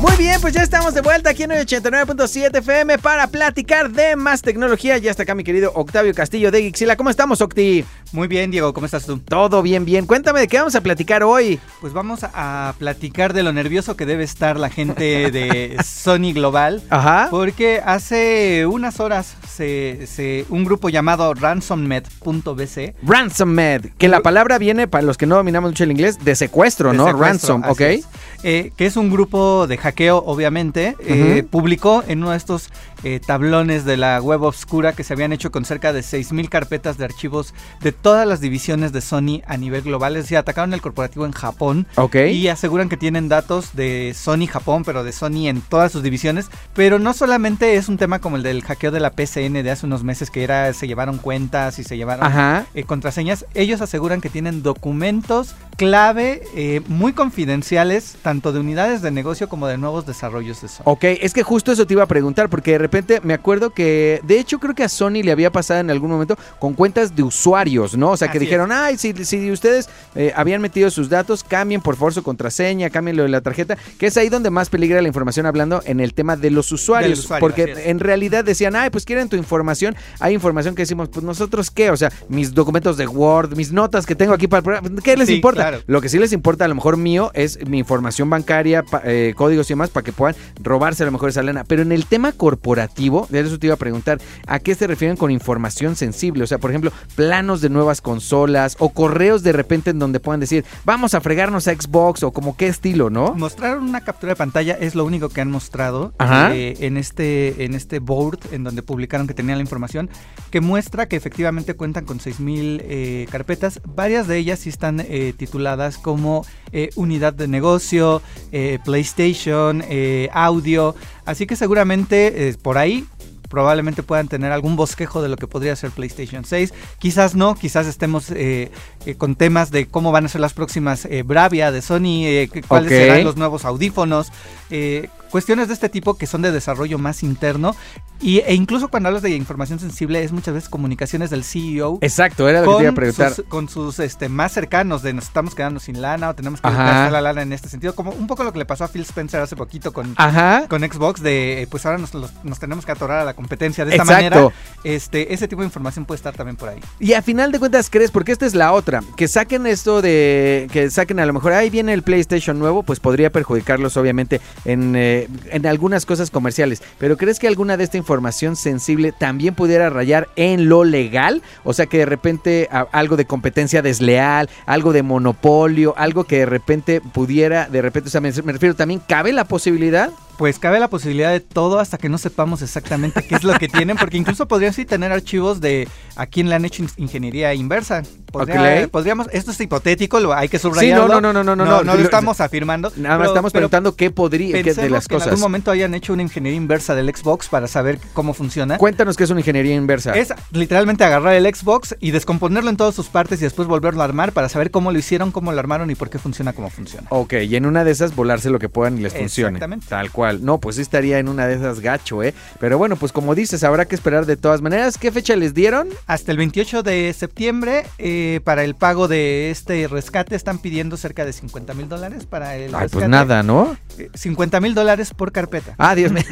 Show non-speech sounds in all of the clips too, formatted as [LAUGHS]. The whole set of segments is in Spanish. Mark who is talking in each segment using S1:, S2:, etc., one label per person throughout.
S1: Muy bien, pues ya estamos de vuelta aquí en el 89.7 FM para platicar de más tecnología. Ya está acá mi querido Octavio Castillo de Gixila. ¿Cómo estamos, Octi?
S2: Muy bien, Diego, ¿cómo estás tú?
S1: Todo bien, bien. Cuéntame de qué vamos a platicar hoy.
S2: Pues vamos a platicar de lo nervioso que debe estar la gente [LAUGHS] de Sony Global.
S1: Ajá.
S2: Porque hace unas horas se, se- un grupo llamado ransommed.bc
S1: Ransommed, que la palabra viene, para los que no dominamos mucho el inglés, de secuestro, ¿no?
S2: de secuestro,
S1: Ransom,
S2: así
S1: ¿ok?
S2: es, eh, que es un grupo de hackeo, obviamente, eh, publicó en uno de estos eh, tablones de la web obscura que se habían hecho con cerca de 6.000 carpetas de archivos de todas las divisiones de Sony a nivel global. Es decir, atacaron el corporativo en Japón.
S1: Ok.
S2: Y aseguran que tienen datos de Sony Japón, pero de Sony en todas sus divisiones. Pero no solamente es un tema como el del hackeo de la PCN de hace unos meses, que era se llevaron cuentas y se llevaron
S1: Ajá.
S2: eh, contraseñas. Ellos aseguran que tienen documentos clave eh, muy confidenciales, tanto de unidades de negocio como de nuevos desarrollos de Sony.
S1: Ok, es que justo eso te iba a preguntar, porque de repente me acuerdo que, de hecho, creo que a Sony le había pasado en algún momento con cuentas de usuarios, ¿no? O sea, que
S2: Así
S1: dijeron, ay, si, si ustedes eh, habían metido sus datos, cambien por favor su contraseña, cambien lo de la tarjeta, que es ahí donde más peligra la información hablando en el tema de los usuarios,
S2: Del usuario,
S1: porque
S2: así es.
S1: en realidad decían, ay, pues quieren tu información, hay información que decimos, pues nosotros qué, o sea, mis documentos de Word, mis notas que tengo aquí para el programa, ¿qué les
S2: Sí,
S1: importa?
S2: claro.
S1: Lo que sí les importa, a lo mejor mío, es mi información bancaria, pa- eh, códigos y demás, para que puedan robarse a lo mejor esa lana. Pero en el tema corporativo, de eso te iba a preguntar, ¿a qué se refieren con información sensible? O sea, por ejemplo, planos de nuevas consolas o correos de repente en donde puedan decir, vamos a fregarnos a Xbox o como qué estilo, ¿no?
S2: Mostraron una captura de pantalla, es lo único que han mostrado
S1: Ajá.
S2: eh, en este en este board en donde publicaron que tenían la información, que muestra que efectivamente cuentan con 6.000 eh, carpetas. Varias de ellas sí están eh, tituladas como eh, unidad de negocio, eh, PlayStation, eh, audio. Así que seguramente eh, por ahí probablemente puedan tener algún bosquejo de lo que podría ser PlayStation 6. Quizás no, quizás estemos eh, eh, con temas de cómo van a ser las próximas eh, Bravia de Sony, eh, que- cuáles
S1: Ok.
S2: serán los nuevos audífonos, eh, cuestiones de este tipo que son de desarrollo más interno. Y, e incluso cuando hablas de información sensible es muchas veces comunicaciones del CEO.
S1: Exacto, era lo que te iba a
S2: Con
S1: preguntar.
S2: sus, con sus, este, más cercanos de nos estamos quedando sin lana o tenemos que
S1: Ajá.
S2: gastar la lana en este sentido, como un poco lo que le pasó a Phil Spencer hace poquito con,
S1: Ajá.
S2: con Xbox de eh, pues ahora nos, los- nos tenemos que atorar a la competencia de esta
S1: Exacto.
S2: manera. Este, ese tipo de información puede estar también por ahí.
S1: Y a final de cuentas crees, porque esta es la otra, que saquen esto de, que saquen a lo mejor, ahí viene el PlayStation nuevo, pues podría perjudicarlos obviamente en, eh, en algunas cosas comerciales. Pero crees que alguna de esta información sensible también pudiera rayar en lo legal? O sea, que de repente a- algo de competencia desleal, algo de monopolio, algo que de repente pudiera, de repente, o sea, me, me refiero, también cabe la posibilidad.
S2: Pues cabe la posibilidad de todo hasta que no sepamos exactamente qué es lo que tienen, porque incluso podrían sí tener archivos de a quién le han hecho in- ingeniería inversa. Podría-
S1: Ok.
S2: Podríamos, esto es hipotético, lo, hay que subrayarlo.
S1: no, no, no, no, no, no.
S2: lo
S1: Lo-
S2: estamos afirmando.
S1: Nada más
S2: pero-
S1: estamos
S2: pero
S1: preguntando qué podría, qué
S2: Pensemos
S1: de las
S2: que en
S1: cosas.
S2: algún momento hayan hecho una ingeniería inversa del Xbox para saber cómo funciona.
S1: Cuéntanos qué es una ingeniería inversa.
S2: Es literalmente agarrar el Xbox y descomponerlo en todas sus partes y después volverlo a armar para saber cómo lo hicieron, cómo lo armaron y por qué funciona como funciona.
S1: Ok, y en una de esas volarse lo que puedan y les funcione.
S2: Exactamente.
S1: Tal cual. No, pues sí estaría en una de esas gacho, ¿eh? Pero bueno, pues como dices, habrá que esperar de todas maneras. ¿Qué fecha les dieron?
S2: Hasta el 28 de septiembre, eh, para el pago de este rescate, están pidiendo cerca de 50 mil dólares para el
S1: Ay,
S2: rescate.
S1: pues nada, ¿no?
S2: Eh, 50 mil dólares por carpeta.
S1: Ah, Dios
S2: [LAUGHS]
S1: mío.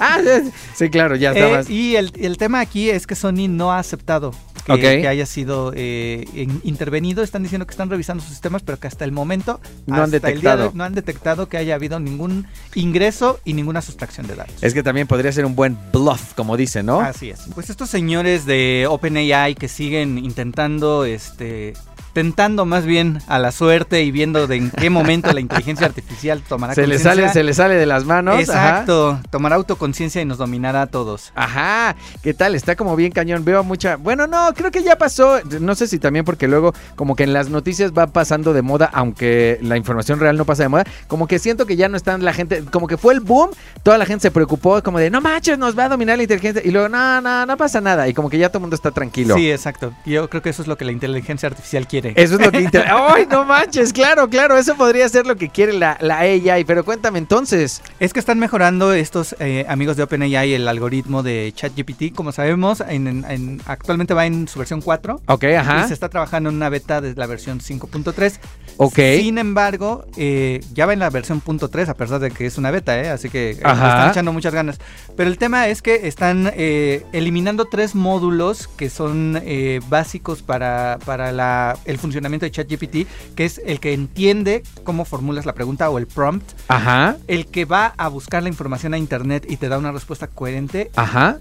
S1: ah, sí, sí, claro, ya
S2: Eh,
S1: estabas.
S2: y el, el tema aquí es que Sony no ha aceptado que,
S1: Ok.
S2: que haya sido eh, in- intervenido. Están diciendo que están revisando sus sistemas, pero que hasta el momento
S1: No han
S2: hasta el día de
S1: detectado.
S2: hoy, no han detectado que haya habido ningún ingreso y ninguna sustracción de datos.
S1: Es que también podría ser un buen bluff, como dicen, ¿no?
S2: Ah, Así es. Pues estos señores de OpenAI que siguen intentando este tentando más bien a la suerte y viendo de en qué momento la inteligencia artificial tomará
S1: se le sale, se le sale de las manos.
S2: Exacto, tomará autoconciencia y nos dominará a todos.
S1: Ajá, ¿qué tal? Está como bien cañón. Veo mucha. Bueno, no, creo que ya pasó. No sé si también porque luego, como que en las noticias va pasando de moda, aunque la información real no pasa de moda. Como que siento que ya no están la gente. Como que fue el boom, toda la gente se preocupó, como de no manches, nos va a dominar la inteligencia. Y luego, no, no, no pasa nada. Y como que ya todo el mundo está tranquilo.
S2: Sí, exacto. Yo creo que eso es lo que la inteligencia artificial quiere.
S1: Eso es lo [LAUGHS] que. inter- ¡Ay, no manches! Claro, claro, eso podría ser lo que quiere la, la AI. Pero cuéntame entonces.
S2: Es que están mejorando estos eh, amigos de OpenAI el algoritmo de ChatGPT. Como sabemos, en- en- en- actualmente va en su versión 4.
S1: Ok,
S2: Y
S1: ajá.
S2: se está trabajando en una beta de la versión 5.3.
S1: Ok.
S2: Sin embargo, eh, ya va en la versión .3 a pesar de que es una beta, ¿eh? así que eh, le
S1: Ajá.
S2: están echando muchas ganas. Pero el tema es que están eh, eliminando tres módulos que son eh, básicos para, para la- el funcionamiento de ChatGPT, que es el que entiende cómo formulas la pregunta o el prompt,
S1: Ajá.
S2: el que va a buscar la información a internet y te da una respuesta coherente
S1: Ajá.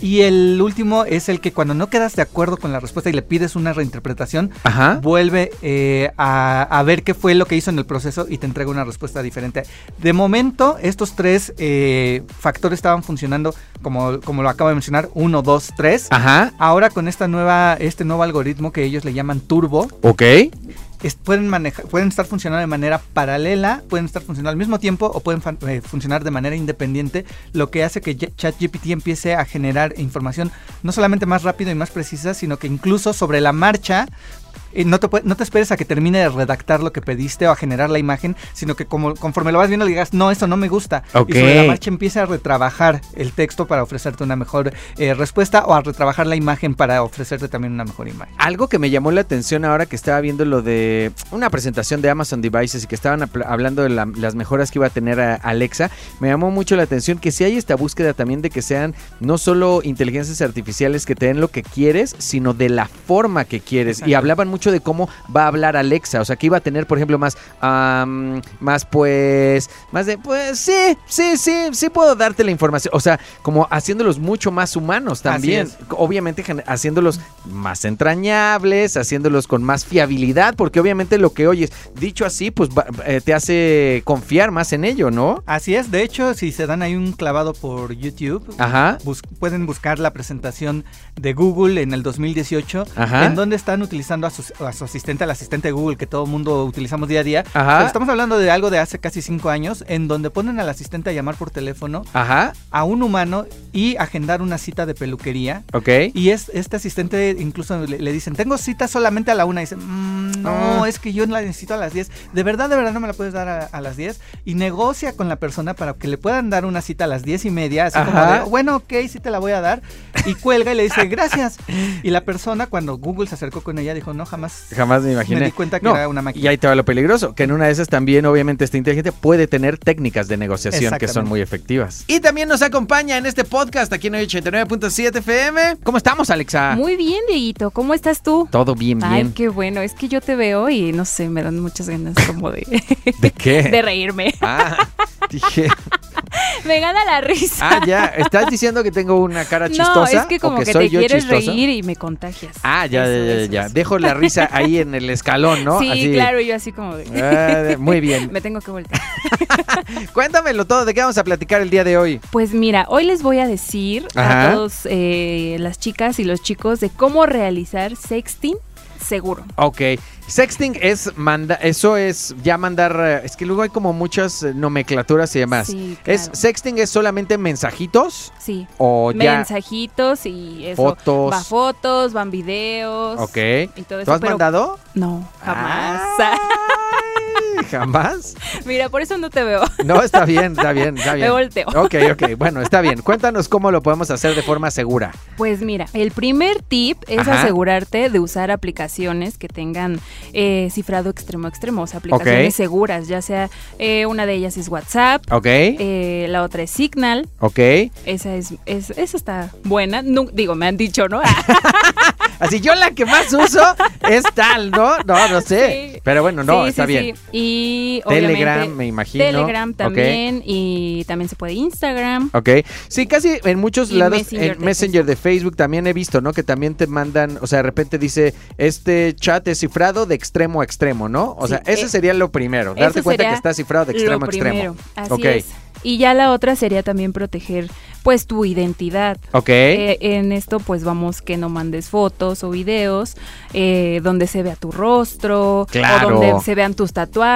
S2: y el último es el que cuando no quedas de acuerdo con la respuesta y le pides una reinterpretación,
S1: Ajá.
S2: vuelve eh, a, a ver qué fue lo que hizo en el proceso y te entrega una respuesta diferente. De momento, estos tres eh, factores estaban funcionando como, como lo acabo de mencionar, uno, dos, tres.
S3: Ah.
S1: Ajá.
S2: Ahora con esta nueva, este nuevo algoritmo que ellos le llaman Turbo,
S1: Ok.
S2: es- pueden, manejar, pueden estar funcionando de manera paralela, pueden estar funcionando al mismo tiempo o pueden fan- eh, funcionar de manera independiente, lo que hace que Ye- ChatGPT empiece a generar información no solamente más rápido y más precisa, sino que incluso sobre la marcha. eh, No te, pue- no te esperes a que termine de redactar lo que pediste o a generar la imagen, sino que como, conforme lo vas viendo le digas, no, eso no me gusta.
S1: Ok.
S2: Y sobre la marcha empieza a retrabajar el texto para ofrecerte una mejor eh, respuesta o a retrabajar la imagen para ofrecerte también una mejor imagen.
S1: Algo que me llamó la atención ahora que estaba viendo lo de una presentación de Amazon Devices y que estaban apl- hablando de la- las mejoras que iba a tener a Alexa, me llamó mucho la atención que si hay esta búsqueda también de que sean no solo inteligencias artificiales que te den lo que quieres, sino de la forma que quieres. Y
S2: Exacto.
S1: hablaban mucho de cómo va a hablar Alexa, o sea, que iba a tener, por ejemplo, más, am, más pues, más de, pues sí, sí, sí, sí puedo darte la información. O sea, como haciéndolos mucho más humanos también.
S2: Así es.
S1: Obviamente gen- haciéndolos más entrañables, haciéndolos con más fiabilidad, porque obviamente lo que oyes, dicho así, pues va- eh, te hace confiar más en ello, ¿no?
S2: Así es, de hecho, si se dan ahí un clavado por YouTube,
S1: Ajá.
S2: bus- pueden buscar la presentación de Google en el 2018,
S1: Ajá.
S2: en donde están utilizando a su, a su asistente, al asistente de Google que todo el mundo utilizamos día a día.
S1: Ajá.
S2: Pero estamos hablando de algo de hace casi cinco años, en donde ponen al asistente a llamar por teléfono
S1: Ajá.
S2: a un humano y agendar una cita de peluquería.
S1: Ok.
S2: Y es, este asistente incluso le, le dicen, tengo cita solamente a la una. Y dicen, "Mm, no,
S1: Ah.
S2: es que yo la necesito a las 10. De verdad, de verdad no me la puedes dar a, a las 10. Y negocia con la persona para que le puedan dar una cita a las 10 y media. Así como
S1: Ajá.
S2: de, bueno, ok, sí te la voy a dar. Y cuelga y le dice, gracias. Y la persona, cuando Google se acercó con ella, dijo, no, jamás.
S1: Jamás me imaginé.
S2: Me di cuenta que
S1: No,
S2: era una
S1: Y
S2: máquina.
S1: ahí te va lo peligroso, que en una de esas también, obviamente, esta inteligente puede tener técnicas de negociación que son
S2: Exactamente.
S1: muy efectivas. Y también nos acompaña en este podcast aquí en 89.7 FM. ¿Cómo estamos, Alexa?
S4: Muy bien, Dieguito. ¿Cómo estás tú?
S1: Todo Ah. bien,
S4: Ay,
S1: bien.
S4: qué bueno. Es que yo te veo y no sé, me dan muchas ganas como de,
S1: [LAUGHS] ¿De qué?
S4: de reírme.
S1: Ah, [LAUGHS] dije.
S4: Me gana la risa.
S1: Ah, ya. ¿Estás diciendo que tengo una cara chistosa?
S4: no, es que como
S1: o que,
S4: que,
S1: soy
S4: te
S1: yo
S4: quieres
S1: chistoso?
S4: reír y me contagias.
S1: Ah, ya,
S4: Eso,
S1: ya, ya,
S4: eso,
S1: ya.
S4: eso.
S1: Dejo la risa ahí en el escalón, ¿no?
S4: Sí,
S1: Así.
S4: claro, yo así como de...
S1: Ah, de- muy bien.
S4: [LAUGHS] Me tengo que voltear.
S1: Cuéntamelo todo, ¿de qué vamos a platicar el día de hoy?
S4: Pues mira, hoy les voy a decir
S1: Ajá.
S4: a todos eh, las chicas y los chicos de cómo realizar sexting seguro.
S1: Ok. Sexting es manda, eso es ya mandar, eh, es que luego hay como muchas eh, nomenclaturas y demás.
S4: Sí,
S1: Es
S4: claro.
S1: sexting es solamente mensajitos
S4: Sí.
S1: o Oh, ya
S4: Mensajitos y eso.
S1: fotos.
S4: Va fotos, van videos.
S1: Ok.
S4: Y todo
S1: ¿Tú
S4: eso.
S1: has
S4: pero-
S1: mandado?
S4: No, jamás.
S1: [LAUGHS] Ay, jamás.
S4: Mira, por eso no te veo.
S1: No, está bien, está bien, está bien.
S4: Me volteo.
S1: Ok, ok, bueno, está bien. Cuéntanos cómo lo podemos hacer de forma segura.
S4: Pues mira, el primer tip es
S1: Ajá.
S4: asegurarte de usar aplicaciones que tengan eh, cifrado extremo a extremo, o sea, aplicaciones
S1: Ok.
S4: seguras, ya sea eh, una de ellas es WhatsApp,
S1: Ok,
S4: eh, la otra es Signal,
S1: ok.
S4: esa es, es- esa está buena. Nu- digo, me han dicho, ¿no?
S1: Así yo la que más uso es tal, ¿no? No, no sé.
S4: Sí.
S1: Pero [LAUGHS] bueno, no,
S4: Sí,
S1: está
S4: sí,
S1: bien.
S4: sí. Y obviamente,
S1: Telegram, me imagino.
S4: Telegram
S1: Ok.
S4: también. Y también se puede Instagram.
S1: Ok, sí, casi en muchos
S4: Y
S1: lados,
S4: Messenger
S1: en
S4: de
S1: Messenger de Facebook también he visto, ¿no? Que también te mandan, o sea, de repente dice, este chat es cifrado de extremo a extremo, ¿no? O
S4: Sí,
S1: sea, ese
S4: eh,
S1: sería lo primero,
S4: eso
S1: darte cuenta
S4: sería
S1: que está cifrado de extremo
S4: Lo
S1: a extremo.
S4: primero. Así
S1: Ok.
S4: es. Y ya la otra sería también proteger, pues, tu identidad.
S1: Ok,
S4: Eh, en esto, pues, vamos que no mandes fotos o videos eh, donde se vea tu rostro,
S1: Claro.
S4: o donde se vean tus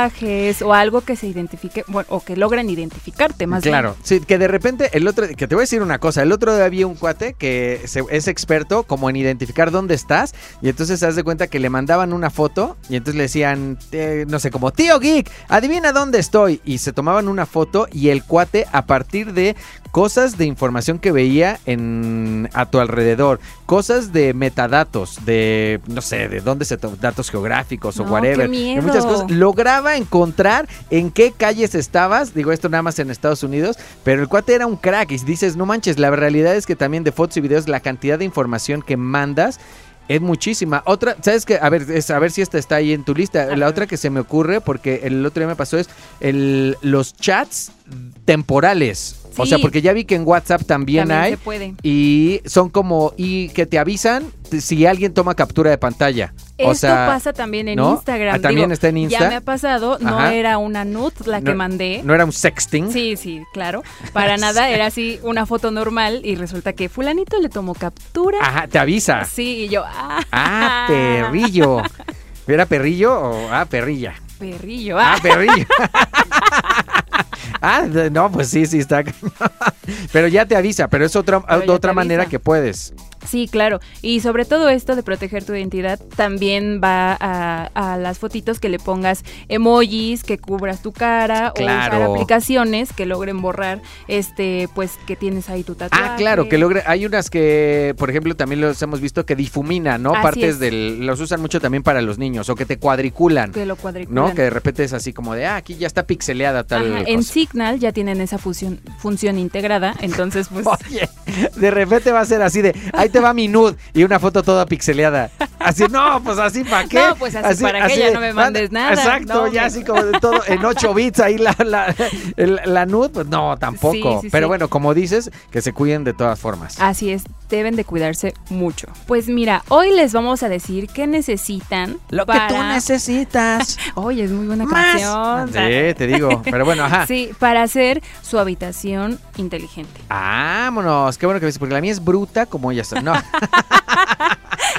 S4: tatuajes, o algo que se identifique, bueno, o que logren identificarte más bien.
S1: claro. Sí, que de repente el otro, que te voy a decir una cosa, el otro día había un cuate que se- es experto como en identificar dónde estás y entonces se hace cuenta que le mandaban una foto y entonces le decían, eh, no sé, como tío geek, adivina dónde estoy y se tomaban una foto y el cuate a partir de cosas de información que veía en a tu alrededor, cosas de metadatos, de no sé, de dónde se to- datos geográficos o
S4: No,
S1: whatever,
S4: qué
S1: de
S4: miedo.
S1: muchas cosas, lograba encontrar en qué calles estabas, digo esto nada más en Estados Unidos, pero el cuate era un crack y dices, "No manches, la realidad es que también de fotos y videos la cantidad de información que mandas es muchísima. Otra, ¿sabes qué? A ver, es, a ver si esta está ahí en tu lista. la otra que se me ocurre, porque el otro día me pasó, es el, los chats temporales. O sea,
S4: Sí.
S1: porque ya vi que en WhatsApp también,
S4: También
S1: hay.
S4: se puede.
S1: Y son como, y que te avisan si alguien toma captura de pantalla. o
S4: Esto
S1: sea,
S4: pasa también en
S1: ¿no?
S4: Instagram.
S1: Ah, también está en Insta.
S4: Ya me ha pasado, no
S1: Ajá.
S4: era una nude la que
S1: No-
S4: mandé.
S1: no era un sexting.
S4: Sí, sí, claro.
S1: [LAUGHS]
S4: Para nada era así una foto normal y resulta que fulanito le tomó captura.
S1: Ajá, te avisa.
S4: Sí, y yo, ah,
S1: Ah,
S4: [LAUGHS]
S1: perrillo. ¿Era perrillo o ah, perrilla?
S4: perrillo,
S1: Ah,
S4: ah.
S1: perrillo. [LAUGHS] ah, de- no, pues sí, sí está. [LAUGHS] cañón. pero ya te avisa, pero es otra
S4: Pero ya te
S1: otra manera
S4: avisa.
S1: que puedes.
S4: Sí, claro. Y sobre todo esto de proteger tu identidad también va a, a las fotitos que le pongas emojis, que cubras tu cara o usar
S1: Claro.
S4: aplicaciones que logren borrar este, pues que tienes ahí tu tatuaje.
S1: Ah, claro, que logre. Hay unas que, por ejemplo, también los hemos visto que difuminan, ¿no?
S4: Así
S1: Partes
S4: es.
S1: del. Los usan mucho también para los niños o que te cuadriculan,
S4: que lo cuadriculan.
S1: ¿no? Que de repente es así como de, ah, aquí ya está pixeleada tal.
S4: Ajá, en
S1: cosa.
S4: Signal ya tienen esa fusión- función integrada, entonces pues
S1: [LAUGHS] Oye, de repente va a ser así de, ahí te va mi nude y una foto toda pixeleada. Así, no, pues así para qué.
S4: No, pues, así para qué, ya
S1: de,
S4: no me mandes nada.
S1: Exacto, ya
S4: No, hombre.
S1: así como de todo en
S4: [LAUGHS]
S1: 8 bits ahí la, la, el- la nude, pues no, tampoco.
S4: Sí, sí, Ah,
S1: Pero
S4: sí.
S1: bueno, como dices, que se cuiden de todas formas.
S4: así es, deben de cuidarse mucho. Pues mira, hoy les vamos a decir qué necesitan para... [LAUGHS]
S1: necesitas.
S4: Oye, es muy buena
S1: Más.
S4: canción.
S1: Sí, te digo, pero bueno, ajá.
S4: Sí, para hacer su habitación inteligente.
S1: Vámonos, qué bueno que me dices, porque la mía es bruta como ella está. No. [LAUGHS]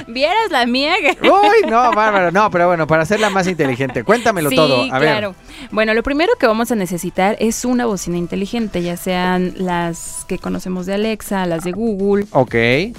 S4: ¿Vieras la mía?
S1: Uy, no, bárbaro. No, pero bueno, para hacerla más inteligente, cuéntamelo
S4: sí,
S1: todo. A ver.
S4: claro. Bueno, lo primero que vamos a necesitar es una bocina inteligente, ya sean las que conocemos de Alexa, las de Google.
S1: Ok,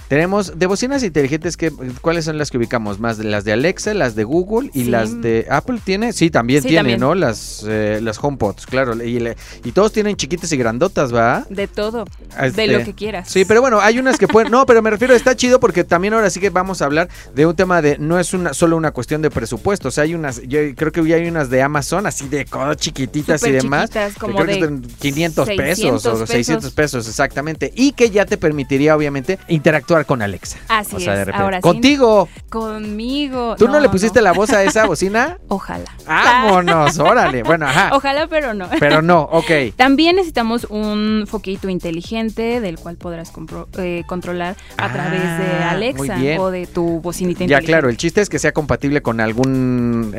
S1: tenemos de bocinas inteligentes que cuáles son las que ubicamos más las de Alexa, las de Google y
S4: Sí.
S1: las de Apple tiene, sí también
S4: Sí,
S1: tiene,
S4: también.
S1: ¿no? Las eh, las HomePods, claro, y, le- y todos tienen chiquitas y grandotas, ¿va?
S4: De todo,
S1: Este,
S4: de lo que quieras.
S1: Sí, pero bueno, hay unas que pueden. No, pero me refiero, está chido porque también ahora sí que vamos a hablar de un tema de. No es una solo una cuestión de presupuesto. O sea, hay unas. Yo creo que ya hay unas de Amazon, así de cosas chiquititas y
S4: Súper
S1: demás.
S4: chiquitas,
S1: que
S4: como
S1: creo que
S4: de
S1: están 500 pesos o
S4: 600
S1: 600 pesos, exactamente. Y que ya te permitiría, obviamente, interactuar con Alexa.
S4: Así
S1: o sea,
S4: es,
S1: de repente.
S4: ahora sí. Oh,
S1: Contigo.
S4: Conmigo.
S1: ¿Tú no, le pusiste la voz a esa
S4: [LAUGHS]
S1: bocina?
S4: Ojalá.
S1: ¡Vámonos! ¡Órale! Bueno,
S4: [LAUGHS]
S1: ajá.
S4: Ojalá, pero no.
S1: Pero no, ok.
S4: También necesitamos un foquito inteligente del cual podrás compro- eh, controlar a
S1: Ah,
S4: través de Alexa
S1: muy bien.
S4: o de tu bocinita
S1: Ya,
S4: inteligente.
S1: claro, el chiste es que sea compatible con algún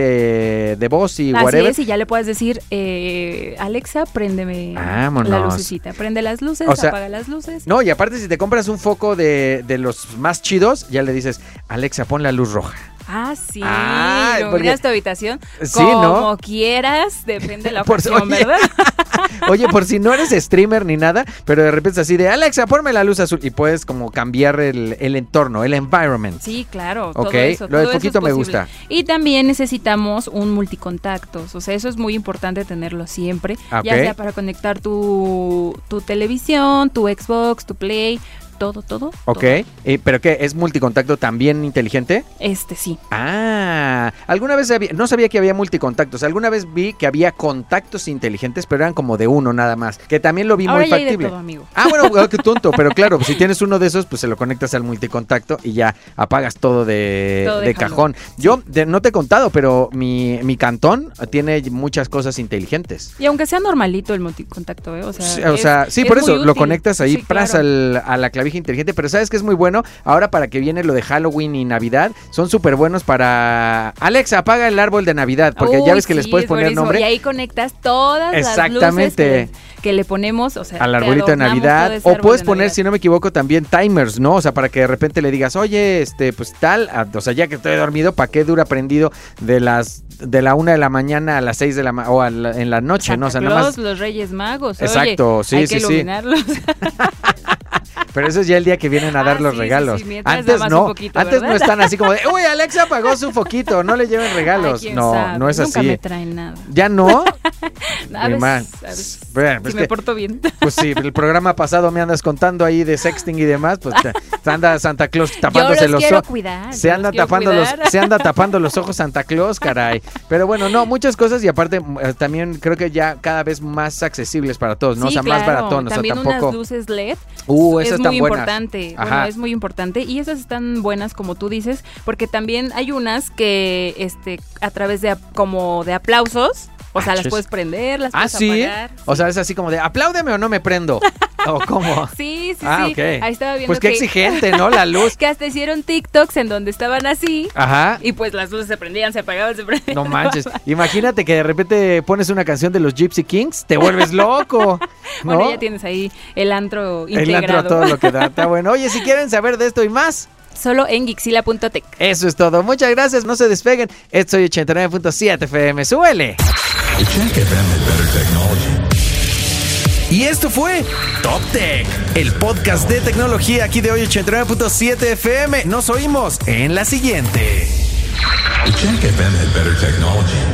S1: asistente de voz y
S4: Así
S1: whatever.
S4: es, y ya le puedes decir, eh, Alexa, préndeme la
S1: Vámonos.
S4: lucecita. Prende las luces,
S1: O sea,
S4: apaga las luces.
S1: No, y aparte si te compras un foco de, de los más chidos, ya le dices, Alexa, pon la luz roja.
S4: [LAUGHS] Ah, sí,
S1: Ah,
S4: iluminas
S1: porque-
S4: tu habitación
S1: Sí,
S4: como
S1: ¿no?
S4: quieras, depende de la
S1: [LAUGHS] Por si-
S4: ocasión,
S1: oye.
S4: ¿verdad?
S1: Oye, por si no eres streamer ni nada, pero de repente es así de, Alexa, ponme la luz azul. Y puedes como cambiar el, el entorno, el environment.
S4: Sí, claro.
S1: Ok,
S4: todo eso,
S1: lo del
S4: todo eso es
S1: foquito me
S4: posible.
S1: gusta.
S4: Y también necesitamos un multicontactos. O sea, eso es muy importante tenerlo siempre.
S1: Ah, ok.
S4: Ya sea para conectar tu, tu televisión, tu Xbox, tu Play, todo, todo.
S1: Ok,
S4: todo.
S1: eh, pero ¿qué? ¿Es multicontacto también inteligente?
S4: Este sí.
S1: Ah, alguna vez había- no sabía que había multicontactos, alguna vez vi que había contactos inteligentes, pero eran como de uno nada más, que también lo vi
S4: Ahora
S1: muy
S4: ya hay de
S1: factible.
S4: todo, amigo.
S1: Ah, bueno, ah, qué tonto, pero claro, si tienes uno de esos, pues se lo conectas al multicontacto y ya apagas todo de,
S4: Todo de
S1: de
S4: jalón.
S1: cajón. Yo de- no te he contado, pero mi, mi cantón tiene muchas cosas inteligentes.
S4: Y aunque sea normalito el multicontacto, ¿eh? O sea,
S1: Sí, O
S4: es-
S1: sea, sí,
S4: es
S1: por
S4: muy
S1: eso lo
S4: útil.
S1: conectas ahí,
S4: Sí,
S1: pras,
S4: claro.
S1: al- a la clavija inteligente. Pero sabes que es muy bueno. Ahora para que viene lo de Halloween y Navidad, son súper buenos para. Alexa, apaga el árbol de Navidad, porque ya
S4: Uy,
S1: ves que les
S4: sí,
S1: puedes
S4: es
S1: poner
S4: buenísimo. Y
S1: nombre.
S4: ahí conectas todas las luces
S1: Exactamente.
S4: que les- que, le ponemos, o sea,
S1: Al
S4: Eh, te
S1: arbolito de
S4: adornamos todo
S1: Navidad.
S4: ese
S1: O
S4: árbol
S1: puedes
S4: de
S1: poner,
S4: Navidad.
S1: si no me equivoco, también timers, ¿no? O sea, para que de repente le digas, oye, este, pues tal, a- o sea, ya que estoy dormido, ¿para qué dura prendido de las de la una de la mañana a las seis de la ma- o a la- en la noche,
S4: Santa
S1: ¿no? O sea, nada
S4: Claus,
S1: más.
S4: los Reyes Magos.
S1: Exacto,
S4: oye,
S1: sí,
S4: hay
S1: sí,
S4: que
S1: sí. [LAUGHS]
S4: iluminarlos.
S1: Pero eso es ya el día que vienen a dar
S4: Ah,
S1: los
S4: sí, sí,
S1: regalos.
S4: sí, mientras
S1: Antes
S4: damas
S1: no,
S4: un poquito,
S1: antes no
S4: ¿verdad?
S1: están así como de, uy, Alexa pagó su foquito, no le lleven regalos.
S4: [LAUGHS] Ay, quién
S1: no,
S4: sabe,
S1: no es
S4: Nunca me
S1: así.
S4: traen nada.
S1: Ya no,
S4: A
S1: Mi
S4: veces,
S1: man.
S4: a veces,
S1: Bueno,
S4: si
S1: pues
S4: me
S1: que-
S4: porto bien.
S1: pues sí, el programa pasado me andas contando ahí de sexting y demás, pues te- te anda Santa Claus tapándose
S4: Yo los quiero
S1: ojos.
S4: cuidar.
S1: Se
S4: yo
S1: anda,
S4: los quiero
S1: tapando los,
S4: cuidar.
S1: se anda tapando los ojos Santa Claus, caray. Pero bueno, no, muchas cosas y aparte eh, también creo que ya cada vez más accesibles para todos, ¿no?
S4: Sí,
S1: o sea, más
S4: claro,
S1: baratón, o sea,
S4: también unas
S1: tampoco...
S4: luces LED
S1: Uh,
S4: es
S1: esas
S4: muy
S1: tan buenas.
S4: importante,
S1: Ajá.
S4: bueno, es muy importante y esas están buenas como tú dices, porque también hay unas que este a través de ap- como de aplausos, o sea,
S1: Ah,
S4: las
S1: chis.
S4: puedes prender, las
S1: ¿Ah,
S4: puedes
S1: sí?
S4: apagar.
S1: O sea, es así como de, apláudeme o no me
S4: [LAUGHS]
S1: prendo. ¿O cómo?
S4: Sí, sí,
S1: ah,
S4: sí.
S1: ok.
S4: Ahí estaba viendo
S1: Pues qué
S4: que,
S1: exigente, ¿no? La
S4: [LAUGHS]
S1: luz.
S4: que hasta hicieron TikToks en donde estaban así
S1: Ajá.
S4: y pues las luces se prendían, se apagaban, se
S1: [LAUGHS]
S4: prendían. [LAUGHS]
S1: No manches. Imagínate que de repente pones una canción de los Gypsy Kings, te vuelves loco. ¿no?
S4: [LAUGHS] Bueno, ya tienes ahí el antro
S1: El antro
S4: integrado.
S1: a todo lo que da. Está bueno. Oye, si quieren saber de esto y más,
S4: [LAUGHS] Solo en gixila.tech.
S1: eso es todo. Muchas gracias. No se despeguen. Esto es 89.7 FM. Súbele.
S3: Y esto fue Top Tech, el podcast de tecnología aquí de hoy 89.7 FM. Nos oímos en la siguiente.
S5: Jack FM had better technology.